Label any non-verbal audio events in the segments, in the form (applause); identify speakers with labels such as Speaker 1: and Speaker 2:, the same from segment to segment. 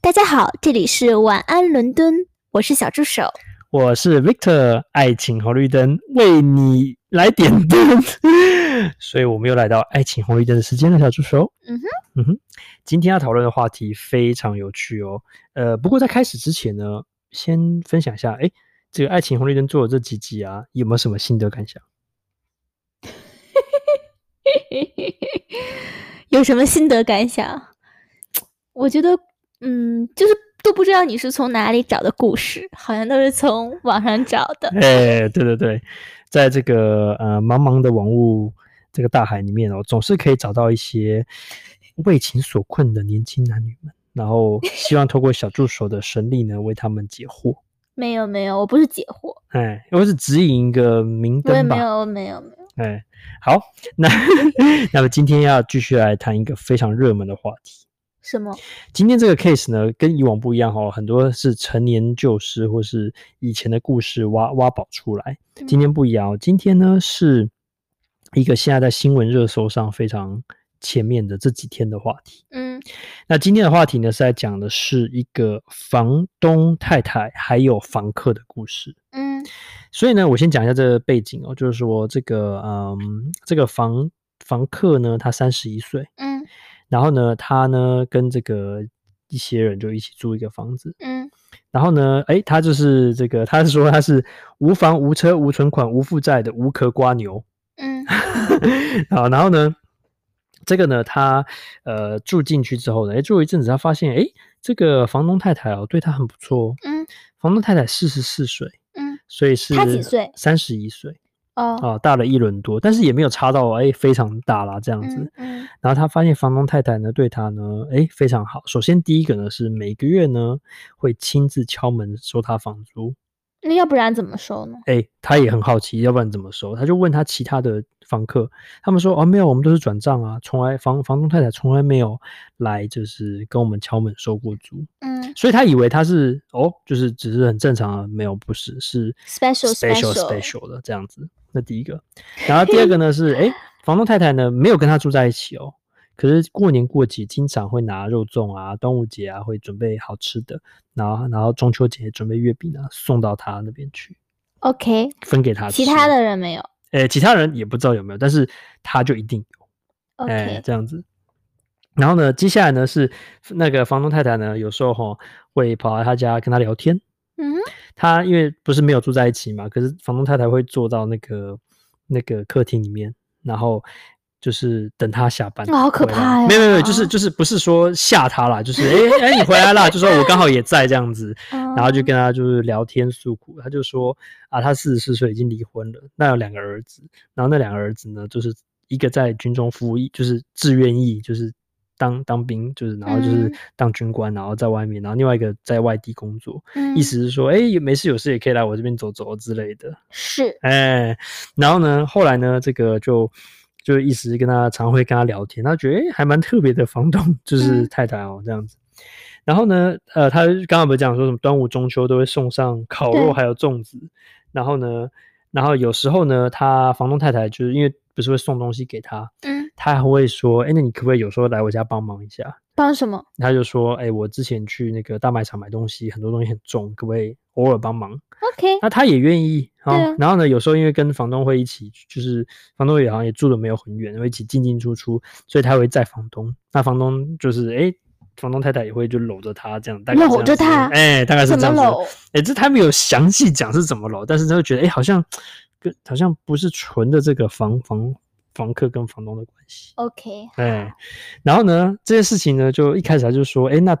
Speaker 1: 大家好，这里是晚安伦敦，我是小助 (laughs) 手。
Speaker 2: 我是 Victor，爱情红绿灯为你来点灯， (laughs) 所以我们又来到爱情红绿灯的时间了，小助手。
Speaker 1: 嗯哼，
Speaker 2: 嗯哼，今天要讨论的话题非常有趣哦。呃，不过在开始之前呢，先分享一下，哎，这个爱情红绿灯做的这几集啊，有没有什么心得感想？
Speaker 1: 有什么心得感想？我觉得，嗯，就是都不知道你是从哪里找的故事，好像都是从网上找的。
Speaker 2: 哎，对对对，在这个呃茫茫的网络这个大海里面哦，总是可以找到一些为情所困的年轻男女们，然
Speaker 1: (laughs)
Speaker 2: 后希望透过小助手的神力呢，为他们解惑。
Speaker 1: 没有没有，我不是解惑，
Speaker 2: 哎，或是指引一个明
Speaker 1: 我也
Speaker 2: 灯
Speaker 1: 没
Speaker 2: 吧。
Speaker 1: 有没有没有。
Speaker 2: 哎，好，那 (laughs) 那么今天要继续来谈一个非常热门的话题。
Speaker 1: 什么？
Speaker 2: 今天这个 case 呢，跟以往不一样哦，很多是陈年旧事或是以前的故事挖挖宝出来。今天不一样哦，今天呢是一个现在在新闻热搜上非常前面的这几天的话题。
Speaker 1: 嗯
Speaker 2: 那今天的话题呢是在讲的是一个房东太太还有房客的故事。
Speaker 1: 嗯
Speaker 2: 所以呢，我先讲一下这个背景哦，就是说这个嗯，这个房房客呢，他三十一岁，
Speaker 1: 嗯
Speaker 2: 然后呢，他呢跟这个一些人就一起租一个房子，
Speaker 1: 嗯
Speaker 2: 然后呢，哎，他就是这个，他是说他是无房无车无存款无负债的无壳瓜牛， (laughs)
Speaker 1: (laughs) 嗯
Speaker 2: 好，然后呢，这个呢，他呃住进去之后呢，诶住了一阵子，他发现哎，诶这个房东太太哦，对他很不错哦。
Speaker 1: 嗯
Speaker 2: 房东太太四十四岁，
Speaker 1: 嗯，
Speaker 2: 所以是
Speaker 1: 她几岁
Speaker 2: 三十一岁
Speaker 1: 哦，
Speaker 2: 啊，大了一轮多，但是也没有差到哎非常大啦这样子。
Speaker 1: 嗯嗯
Speaker 2: 然后他发现房东太太呢对他呢哎非常好，首先第一个呢是每个月呢会亲自敲门收他房租，
Speaker 1: 那要不然怎么收呢？
Speaker 2: 哎，他也很好奇，要不然怎么收？他就问他其他的房客，他们说哦没有，我们都是转账啊，从来房房东太太从来没有来就是跟我们敲门收过租，
Speaker 1: 嗯
Speaker 2: 所以他以为他是哦就是只是很正常啊，没有不是是
Speaker 1: Special, special
Speaker 2: special special 的这样子。那第一个，然后第二个
Speaker 1: (laughs)
Speaker 2: 呢是哎、诶房东太太呢没有跟他住在一起哦。可是过年过节经常会拿肉粽啊、端午节啊会准备好吃的，然后然后中秋节准备月饼啊送到他那边去，
Speaker 1: ，OK，
Speaker 2: 分给他吃。
Speaker 1: 其他的人没有
Speaker 2: 诶，其他人也不知道有没有，但是他就一定有，
Speaker 1: ，OK，、
Speaker 2: 哎、这样子。然后呢，接下来呢是那个房东太太呢，有时候哈、会跑来他家跟他聊天。
Speaker 1: 嗯哼，
Speaker 2: 他因为不是没有住在一起嘛，可是房东太太会坐到那个那个客厅里面，然后就是等他下班回
Speaker 1: 哦
Speaker 2: 来。
Speaker 1: 好可怕呀哦
Speaker 2: 没有没有没有，就是就是不是说吓他啦，就是哎哎、你回来啦，就说我刚好也在这样子。
Speaker 1: 哦
Speaker 2: 然后就跟他就是聊天诉苦，他就说啊，他四十四岁已经离婚了，那有两个儿子，然后那两个儿子呢，就是一个在军中服役，就是志愿役，就是当当兵，就是然后就是
Speaker 1: 嗯
Speaker 2: 当军官，然后在外面，然后另外一个在外地工作，
Speaker 1: 嗯
Speaker 2: 意思是说，哎，有没事有事也可以来我这边走走之类的，
Speaker 1: 是，
Speaker 2: 哎，然后呢，后来呢，这个就就一直跟他常会跟他聊天，他觉得哎还蛮特别的房东，就是
Speaker 1: 嗯
Speaker 2: 太太哦、这样子。然后呢，呃，他刚刚不是讲说什么端午、中秋都会送上烤
Speaker 1: 对
Speaker 2: 肉还有粽子，然后呢，然后有时候呢，他房东太太就是因为不是会送东西给他，
Speaker 1: 嗯，
Speaker 2: 他还会说，哎，那你可不可以有时候来我家帮忙一下？
Speaker 1: 帮什么？
Speaker 2: 他就说，哎，我之前去那个大卖场买东西，很多东西很重，可不可以偶尔帮忙？
Speaker 1: OK，
Speaker 2: 那他也愿意啊、
Speaker 1: 对啊
Speaker 2: 然后呢，有时候因为跟房东会一起，就是房东也好像也住的没有很远，会一起进进出出，所以他会载房东。那房东就是哎，房东太太也会就搂着他这样，大概
Speaker 1: 搂着他
Speaker 2: 哎，大概是
Speaker 1: 怎
Speaker 2: 这
Speaker 1: 么
Speaker 2: 样子。
Speaker 1: 搂？
Speaker 2: 哎，这他没有详细讲是怎么搂，但是他会觉得哎，好像跟好像不是纯的这个房房房客跟房东的关系。
Speaker 1: OK，
Speaker 2: 哎，然后呢，这件事情呢，就一开始他就说，哎，那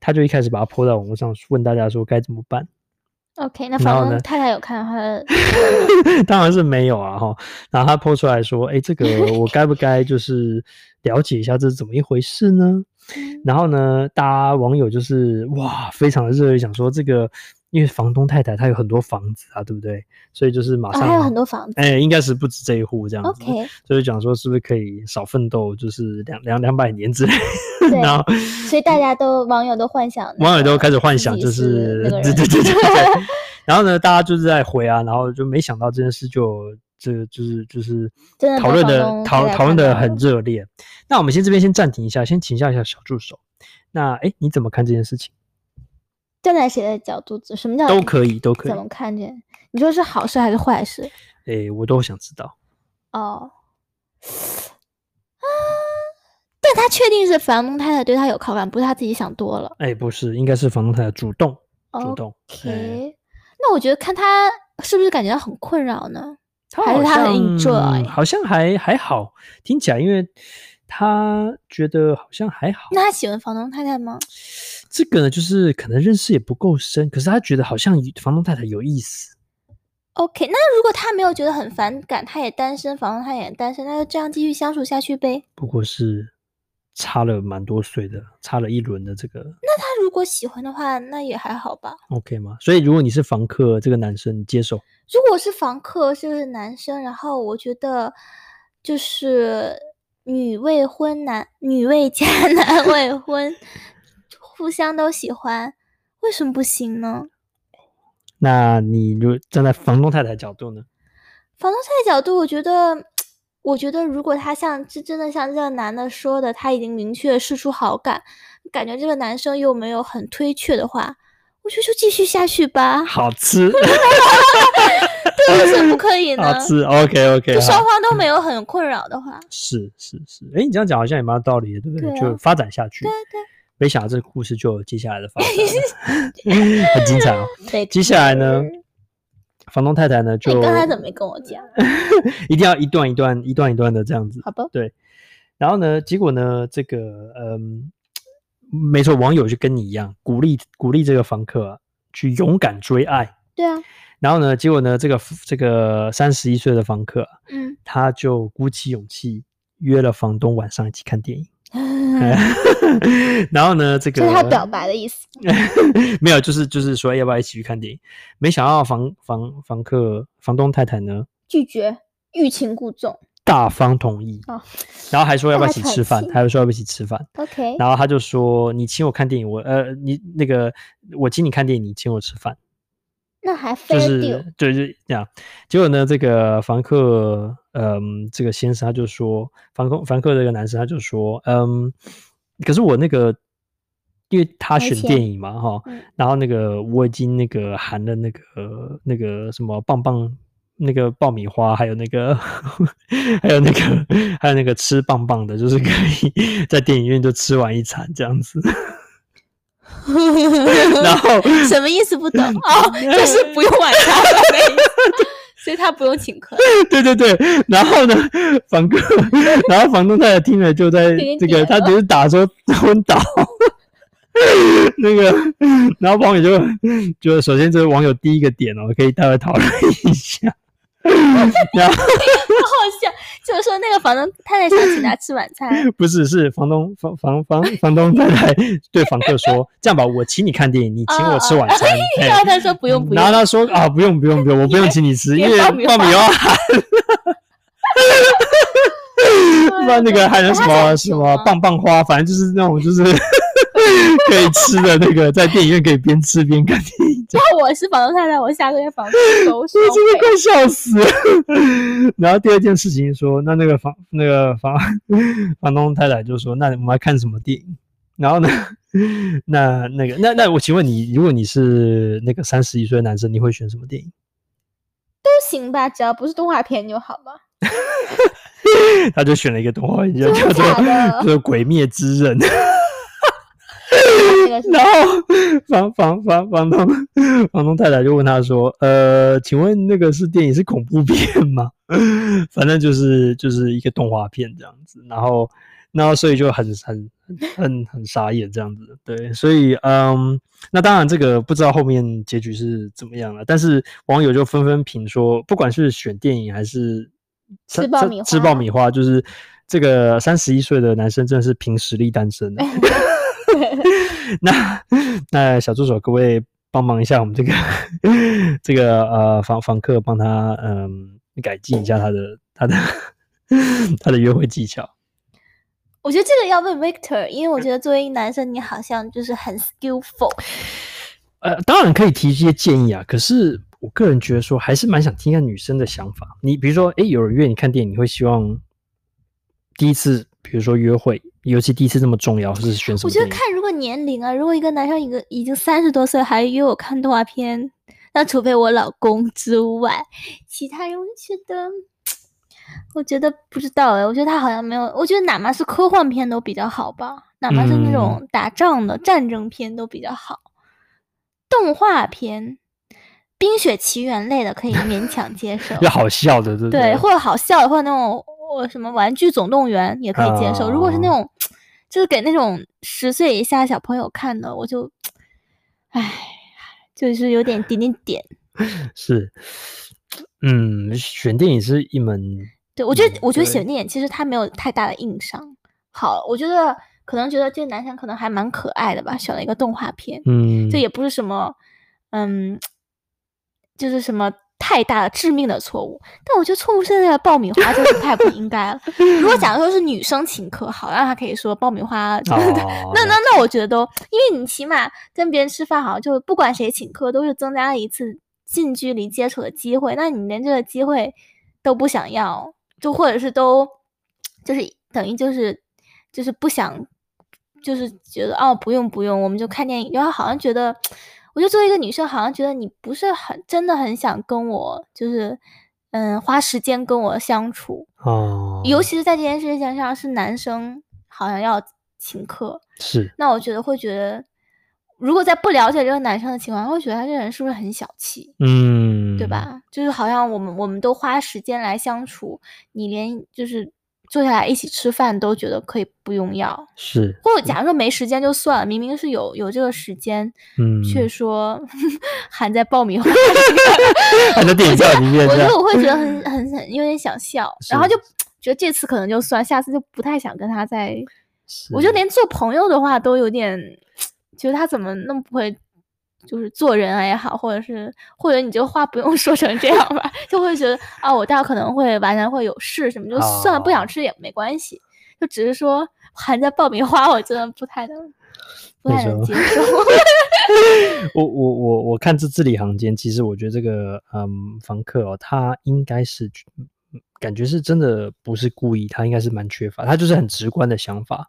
Speaker 2: 他就一开始把它泼到网络上，问大家说该怎么办。 (laughs)
Speaker 1: ，OK，那
Speaker 2: 然后
Speaker 1: 房东
Speaker 2: 呢
Speaker 1: 太太有看他的，
Speaker 2: 当然是没有啊哈。然后他抛出来说：“哎，这个我该不该就是了解一下这是怎么一回事呢？”
Speaker 1: 嗯
Speaker 2: 然后呢，大家网友就是哇，非常的热烈，想说这个，因为房东太太她有很多房子啊，对不对？所以就是马
Speaker 1: 哦，
Speaker 2: 上、
Speaker 1: 还有很多房子
Speaker 2: 哎，应该是不止这一户这样子。
Speaker 1: ，OK，
Speaker 2: 就是讲说是不是可以少奋斗，就是两两两百年之类。
Speaker 1: 对
Speaker 2: (laughs) 然后
Speaker 1: 所以大家都网友都幻想，
Speaker 2: 网友都开始幻想，
Speaker 1: 那个
Speaker 2: 就对
Speaker 1: 人
Speaker 2: 对对对对。
Speaker 1: (laughs)
Speaker 2: 然后呢，大家就是在回啊，然后就没想到这件事就这就是就是
Speaker 1: 真的
Speaker 2: 讨论
Speaker 1: 被
Speaker 2: 的
Speaker 1: 房东
Speaker 2: 讨
Speaker 1: 太太
Speaker 2: 讨
Speaker 1: 看
Speaker 2: 论的
Speaker 1: 到
Speaker 2: 很
Speaker 1: 了
Speaker 2: 热烈。那我们先这边先暂停一下，先请教一下小助手，那哎、诶你怎么看这件事情？
Speaker 1: 站在谁的角度？什么叫
Speaker 2: 都可以，都可
Speaker 1: 嗯
Speaker 2: 以
Speaker 1: 怎。么看见？你说是好事还是坏事？
Speaker 2: 哎、我都想知道。
Speaker 1: 哦，啊，但他确定是房东太太对他有好感，不是他自己想多了。
Speaker 2: 哎、不是，应该是房东太太主动，主
Speaker 1: OK，
Speaker 2: 动。哎
Speaker 1: 那我觉得看他是不是感觉到很困扰呢？
Speaker 2: 他
Speaker 1: 还
Speaker 2: 好
Speaker 1: 是他很哎
Speaker 2: 像
Speaker 1: enjoy
Speaker 2: 好像还还好，听起来因为他觉得好像还好。
Speaker 1: 那他喜欢房东太太吗？
Speaker 2: 这个呢，就是可能认识也不够深，可是他觉得好像房东太太有意思。
Speaker 1: OK，那如果他没有觉得很反感，他也单身，房东他也单身，那就这样继续相处下去呗。
Speaker 2: 不过是差了蛮多岁的，差了一轮的这个
Speaker 1: 他如果喜欢的话，那也还好吧。
Speaker 2: OK 吗？所以如果你是房客，这个男生你接受
Speaker 1: 如果是房客是个男生，然后我觉得就是女未婚男女未嫁 (laughs) 男未婚，互相都喜欢，为什么不行呢？
Speaker 2: 那你如果站在房东太太角度呢？
Speaker 1: 房东太太角度，我觉得，我觉得如果他像真真的像这个男的说的，他已经明确示出好感，感觉这个男生又没有很推却的话，我觉得就继续下去吧。
Speaker 2: 好吃，
Speaker 1: 对，为什么不可以呢
Speaker 2: 好？吃，OK
Speaker 1: (laughs)
Speaker 2: OK，
Speaker 1: 就双方都没有很困扰的话，
Speaker 2: 是是是，哎，你这样讲好像也蛮有道理的，对不
Speaker 1: 对
Speaker 2: 对？
Speaker 1: 啊
Speaker 2: 就发展下去。
Speaker 1: 对对，啊
Speaker 2: 没想到这个故事就有接下来的发展了，
Speaker 1: (laughs)
Speaker 2: 很精彩哦。
Speaker 1: 嗯对。
Speaker 2: 接下来呢，房东太太呢
Speaker 1: 那
Speaker 2: 就
Speaker 1: 嗯你刚才怎么没跟我讲？
Speaker 2: 一定要一段一段、一段一段的这样子。
Speaker 1: 好吧，
Speaker 2: 对，然后呢，结果呢，这个嗯，没错，网友就跟你一样，鼓励鼓励这个房客、啊、去勇敢追爱。
Speaker 1: 对啊，
Speaker 2: 然后呢，结果呢，这个这个三十一岁的房客啊、 (laughs)
Speaker 1: 嗯，
Speaker 2: 他就鼓起勇气约了房东晚上一起看电影。 (laughs) 然后呢，这
Speaker 1: 这
Speaker 2: 个
Speaker 1: 是他表白的意思。
Speaker 2: (laughs) 没有，就是就是说要不要一起去看电影？没想到房房房客房东太太呢
Speaker 1: 拒绝，欲擒故纵。
Speaker 2: 大方同意，
Speaker 1: 哦
Speaker 2: 然后还说要不要一起
Speaker 1: 那还
Speaker 2: 吃
Speaker 1: 喘
Speaker 2: 饭
Speaker 1: 气，
Speaker 2: 还有说要不要一起吃饭。
Speaker 1: OK，
Speaker 2: 然后他就说：“你请我看电影，我呃，你那个我请你看电影，你请我吃饭，
Speaker 1: 那还
Speaker 2: 就
Speaker 1: fair
Speaker 2: 是
Speaker 1: deal。
Speaker 2: 就是这样。”结果呢，这个房客，嗯，这个先生他就说，房客房客这个男生他就说，嗯，可是我那个，因为他
Speaker 1: 没
Speaker 2: 选
Speaker 1: 钱
Speaker 2: 电影嘛，哈，
Speaker 1: 嗯
Speaker 2: 然后那个我已经那个含了那个那个什么棒棒。那个爆米花，还有那个， (laughs) 还有那个，还有那个吃棒棒的，就是可以在电影院就吃完一餐这样子。 (laughs)
Speaker 1: (laughs)
Speaker 2: 然后
Speaker 1: 什么意思不懂？
Speaker 2: (laughs)
Speaker 1: 哦，就是不用晚餐了的意思，所以他不用请
Speaker 2: (laughs)
Speaker 1: 客。
Speaker 2: 对对对，然后呢，房客，然后房东太太听了就在
Speaker 1: 给你
Speaker 2: 这个，
Speaker 1: 点
Speaker 2: 他只是打说昏倒， (laughs) 那个，然后网友就就首先这是网友第一个点哦，可以待会讨论一下。 (laughs) 然后
Speaker 1: 好笑，就是说那个房东太太想请他吃晚
Speaker 2: (laughs)
Speaker 1: 餐，
Speaker 2: 不是是房东房房房房东太太对房客说：“这样吧，我请你看电影，你请我吃晚餐。哎
Speaker 1: 然后他说不用不用
Speaker 2: 然后，他说啊，不用不用不用，我不用请你吃，
Speaker 1: 因
Speaker 2: 因
Speaker 1: 为
Speaker 2: 为
Speaker 1: 爆米
Speaker 2: 爆米
Speaker 1: 花
Speaker 2: 花含，不知道那个含了什么啊什么棒棒花，反正就是那种就是 (laughs) 可以吃的那个，在电影院可以边吃边
Speaker 1: 哦
Speaker 2: 看电影，这样
Speaker 1: 那我是房东太太，我下个月房租都收
Speaker 2: (laughs) 我 (laughs) 真
Speaker 1: 回。
Speaker 2: 的快笑死了。 (laughs) 然后第二件事情说，那那个房那个房房东太太就说，那我们要看什么电影？然后呢，那那个那那我请问你，如果你是那个三十一岁的男生，你会选什么电影？ (laughs)
Speaker 1: 都行吧，只要不是动画片就好
Speaker 2: (laughs)
Speaker 1: 吧。
Speaker 2: 他就选了一个动画片，叫
Speaker 1: 真的
Speaker 2: 做
Speaker 1: 假的
Speaker 2: 叫 (laughs) 做《鬼灭之刃》，
Speaker 1: 那个是
Speaker 2: 然后房房房房东房东太太就问他说：“呃，请问那个是电影是恐怖片吗？ (laughs) 反正就是就是一个动画片这样子。”然后然后所以就很很很很傻眼这样子，对，所以嗯，那当然这个不知道后面结局是怎么样了，但是网友就纷纷评说，不管是选电影还是
Speaker 1: 吃爆米花
Speaker 2: 吃爆米花，就是这个三十一岁的男生真的是凭实力单身
Speaker 1: (laughs)
Speaker 2: 啊。那那小助手，各位帮忙一下，我们这个这个呃房房客帮他嗯、改进一下他的他的 (laughs) 他的约会技巧。
Speaker 1: 我觉得这个要问 Victor，因为我觉得作为一个男生，你好像就是很 skillful。
Speaker 2: 呃，当然可以提一些建议啊，可是我个人觉得说，还是蛮想听一下女生的想法。你比如说，诶，有人约你看电影，你会希望第一次比如说约会，尤其第一次这么重要，是选什
Speaker 1: 我
Speaker 2: 么
Speaker 1: 觉
Speaker 2: 电
Speaker 1: 得
Speaker 2: 影？
Speaker 1: 看如果年龄啊，如果一个男生一个已经三十多岁还约我看动画片，那除非我老公之外，其他人我就觉得，我觉得不知道哎，我觉得他好像没有，我觉得哪怕是科幻片都比较好吧，哪怕是那
Speaker 2: 嗯
Speaker 1: 种打仗的、战争片都比较好，动画片。冰雪奇缘类的可以勉强接
Speaker 2: (laughs)
Speaker 1: 受，
Speaker 2: 要好笑的，对不
Speaker 1: 对，或者好笑的，或者那种我什么玩具总动员也可以接受。如果是那
Speaker 2: 啊
Speaker 1: 种，就是给那种十岁以下小朋友看的，我就，唉，就是有点点点点。
Speaker 2: 是，嗯，选电影是一门，
Speaker 1: 对我觉得
Speaker 2: 嗯，
Speaker 1: 我觉得
Speaker 2: 对
Speaker 1: 小电影其实它没有太大的硬伤。好，我觉得可能觉得这个男生可能还蛮可爱的吧，选了一个动画片，
Speaker 2: 嗯，
Speaker 1: 这也不是什么，嗯，就是什么。太大的致命的错误，但我觉得错误是那个爆米花真的太不应该了。如果假如说是女生请客，好，那她可以说爆米花，
Speaker 2: 哦
Speaker 1: (laughs) 那那那我觉得都，因为你起码跟别人吃饭，好像就不管谁请客，都是增加了一次近距离接触的机会。那你连这个机会都不想要，就或者是都就是等于就是就是不想，就是觉得哦不用不用，我们就看电影。然后好像觉得，我就作为一个女生，好像觉得你不是很真的很想跟我就是嗯花时间跟我相处。
Speaker 2: 哦，
Speaker 1: 尤其是在这件事情上，是男生好像要请客，
Speaker 2: 是
Speaker 1: 那我觉得会觉得，如果在不了解这个男生的情况下，会觉得他这个人是不是很小气，
Speaker 2: 嗯，
Speaker 1: 对？吧？就是好像我们我们都花时间来相处，你连就是坐下来一起吃饭都觉得可以不用要，
Speaker 2: 是，
Speaker 1: 或者假如说没时间就算了，明明是有有这个时间，
Speaker 2: 嗯，
Speaker 1: 却说 (laughs) 含在爆
Speaker 2: (laughs)
Speaker 1: 米花里
Speaker 2: 按照电影票里面
Speaker 1: 我
Speaker 2: 这
Speaker 1: 觉
Speaker 2: 样
Speaker 1: 得，我会觉得
Speaker 2: (laughs)
Speaker 1: 很很很有点想笑，然后就
Speaker 2: 是
Speaker 1: 觉得这次可能就算，下次就不太想跟他再。我
Speaker 2: 是
Speaker 1: 就连做朋友的话都有点觉得他怎么那么不会，就是做人啊也好，或者是或者你这话不用 (laughs) 说成这样吧，就会觉得啊，我待会儿可能会晚上会有事什么，就算了，不想
Speaker 2: 哦
Speaker 1: 吃也没关系，就只是说含在爆米花，我真的不太能。不
Speaker 2: 没
Speaker 1: 太能
Speaker 2: 错
Speaker 1: 接
Speaker 2: (laughs)
Speaker 1: 受，
Speaker 2: 我我我我看这字里行间，其实我觉得这个嗯，房客哦，他应该是嗯感觉是真的不是故意，他应该是蛮缺乏，他就是很直观的想法，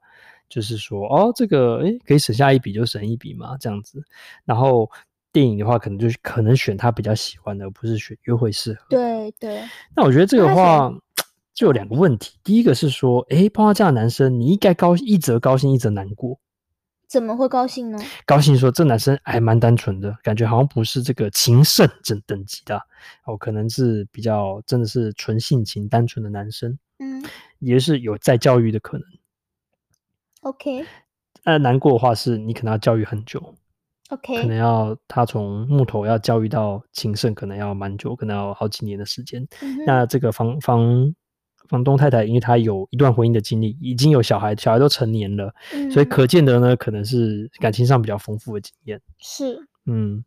Speaker 2: 就是说哦，这个诶可以省下一笔就省一笔嘛，这样子。然后电影的话，可能就是可能选他比较喜欢的，而不是选约会适合。
Speaker 1: (laughs) 对对，
Speaker 2: 那我觉得这个
Speaker 1: 那他
Speaker 2: 话就有两个问题，第一个是说，诶，碰到这样的男生，你应该高一则高兴，一则难过。
Speaker 1: 怎么会高兴呢？
Speaker 2: 高兴说这男生还蛮单纯的，感觉好像不是这个情圣等等级的啊，哦，可能是比较真的是纯性情单纯的男生，
Speaker 1: 嗯
Speaker 2: 也是有再教育的可能。
Speaker 1: ，OK
Speaker 2: 那难过的话是你可能要教育很久，可
Speaker 1: OK，
Speaker 2: 能要他从木头要教育到情圣，可能要蛮久，可能要好几年的时间。
Speaker 1: 嗯
Speaker 2: 那这个房房房东太太，因为她有一段婚姻的经历，已经有小孩，小孩都成年了，所以
Speaker 1: 嗯
Speaker 2: 可见得呢，可能是感情上比较丰富的经验。
Speaker 1: 是
Speaker 2: 嗯，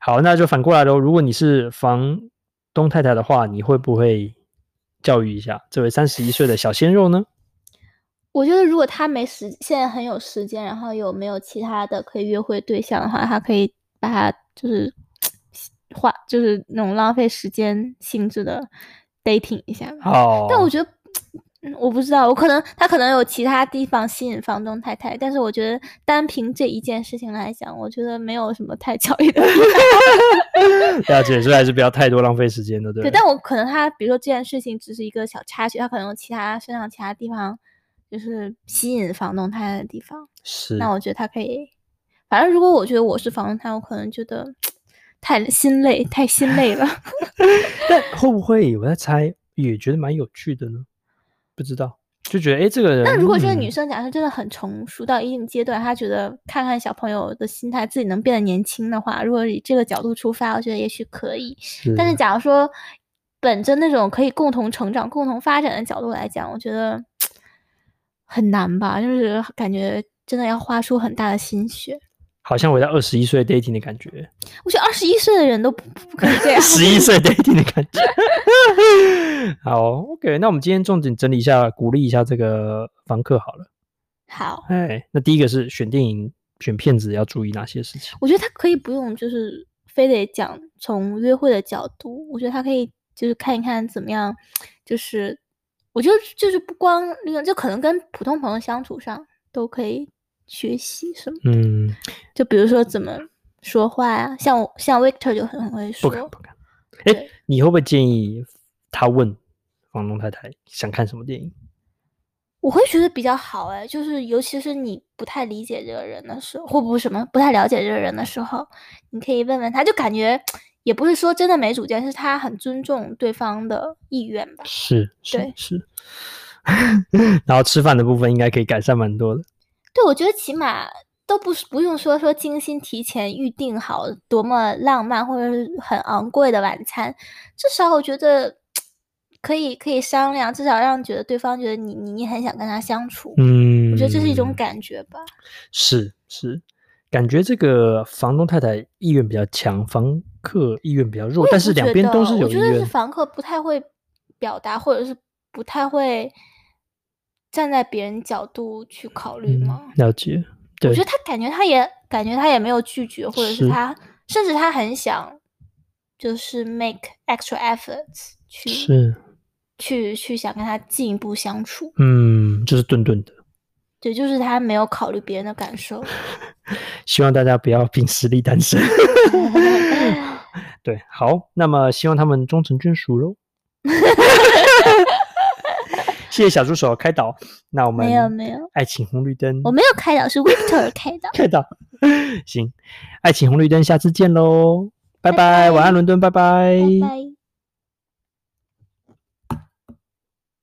Speaker 2: 好，那就反过来喽。如果你是房东太太的话，你会不会教育一下这位三十一岁的小鲜肉呢？
Speaker 1: 我觉得如果他没时，现在很有时间，然后有没有其他的可以约会对象的话，他可以把他就是花，就是那种浪费时间性质的 dating 一下吧。
Speaker 2: 哦，
Speaker 1: 但我觉得，嗯我不知道，我可能他可能有其他地方吸引房东太太，但是我觉得单凭这一件事情来讲，我觉得没有什么太巧遇的地方。
Speaker 2: 了解，所以还是不要太多浪费时间的，对不
Speaker 1: 对，
Speaker 2: 对？
Speaker 1: 但我可能他，比如说这件事情只是一个小插曲，他可能有其他身上其他地方就是吸引房东太太的地方。
Speaker 2: 是，
Speaker 1: 那我觉得他可以，反正如果我觉得我是房东他，我可能觉得太心累，太心累
Speaker 2: (laughs)
Speaker 1: 了。
Speaker 2: 但会不会我在猜，也觉得蛮有趣的呢？不知道，就觉得哎，诶这个人，
Speaker 1: 那如果这个女
Speaker 2: 嗯
Speaker 1: 生假设真的很成熟到一定阶段，她觉得看看小朋友的心态，自己能变得年轻的话，如果以这个角度出发，我觉得也许可以。
Speaker 2: 是，
Speaker 1: 但是假如说本着那种可以共同成长、共同发展的角度来讲，我觉得很难吧，就是感觉真的要花出很大的心血。
Speaker 2: 好像我在二十一岁 dating 的感
Speaker 1: (laughs)
Speaker 2: 觉，
Speaker 1: 我觉得二十一岁的人都不不不可以这样。
Speaker 2: 十一岁 dating 的感觉。 (laughs) 好，OK，那我们今天重点整理一下，鼓励一下这个房客好了。
Speaker 1: (laughs) 好，
Speaker 2: 哎，那第一个是选电影、选片子要注意哪些事情？
Speaker 1: 我觉得他可以不用，就是非得讲从约会的角度，我觉得他可以就是看一看怎么样，就是我觉得就是不光利用，就可能跟普通朋友相处上都可以学习什么。
Speaker 2: 嗯，
Speaker 1: 就比如说怎么说话呀、像我像 Victor 就很会
Speaker 2: 不
Speaker 1: 说，
Speaker 2: 敢不敢。哎、
Speaker 1: 对
Speaker 2: 你会不会建议他问房东太太想看什么电影？
Speaker 1: 我会觉得比较好哎，就是尤其是你不太理解这个人的时候，或不是什么不太了解这个人的时候，你可以问问他，就感觉也不是说真的没主见，是他很尊重对方的意愿吧。
Speaker 2: 是是
Speaker 1: 对
Speaker 2: 是。 (laughs) 然后吃饭的部分应该可以改善蛮多的。
Speaker 1: 对，我觉得起码都不是不用说说精心提前预定好多么浪漫或者是很昂贵的晚餐，至少我觉得可以可以商量，至少让觉得对方觉得你你你很想跟他相处，
Speaker 2: 嗯，
Speaker 1: 我觉得这是一种。感觉吧。
Speaker 2: 是是，感觉这个房东太太意愿比较强，房客意愿比较弱
Speaker 1: 我，也
Speaker 2: 但
Speaker 1: 不
Speaker 2: 是两
Speaker 1: 觉
Speaker 2: 边都
Speaker 1: 得
Speaker 2: 是
Speaker 1: 我
Speaker 2: 有意
Speaker 1: 觉得是
Speaker 2: 愿。
Speaker 1: 房客不太会表达，或者是不太会站在别人角度去考虑
Speaker 2: 嗯
Speaker 1: 吗？，
Speaker 2: 了解。对
Speaker 1: 我觉得他感觉他也感觉他也没有拒绝，或者
Speaker 2: 是
Speaker 1: 是他甚至他很想就是 make extra efforts 去
Speaker 2: 是，
Speaker 1: 去去想跟他进一步相处。
Speaker 2: 嗯，就是顿顿的。
Speaker 1: 对，就是他没有考虑别人的感
Speaker 2: (laughs)
Speaker 1: 受。 (laughs)
Speaker 2: 希望大家不要 (laughs) 凭实力单身。对，好，那么希望他们终成眷属喽。谢谢小助手开导，那我们
Speaker 1: 没有没有，
Speaker 2: 爱情红绿灯，
Speaker 1: 我没有开导，是 Victor 开导。
Speaker 2: 开导，行，爱情红绿灯，下次见喽，拜拜，晚安伦敦，拜拜
Speaker 1: 拜拜。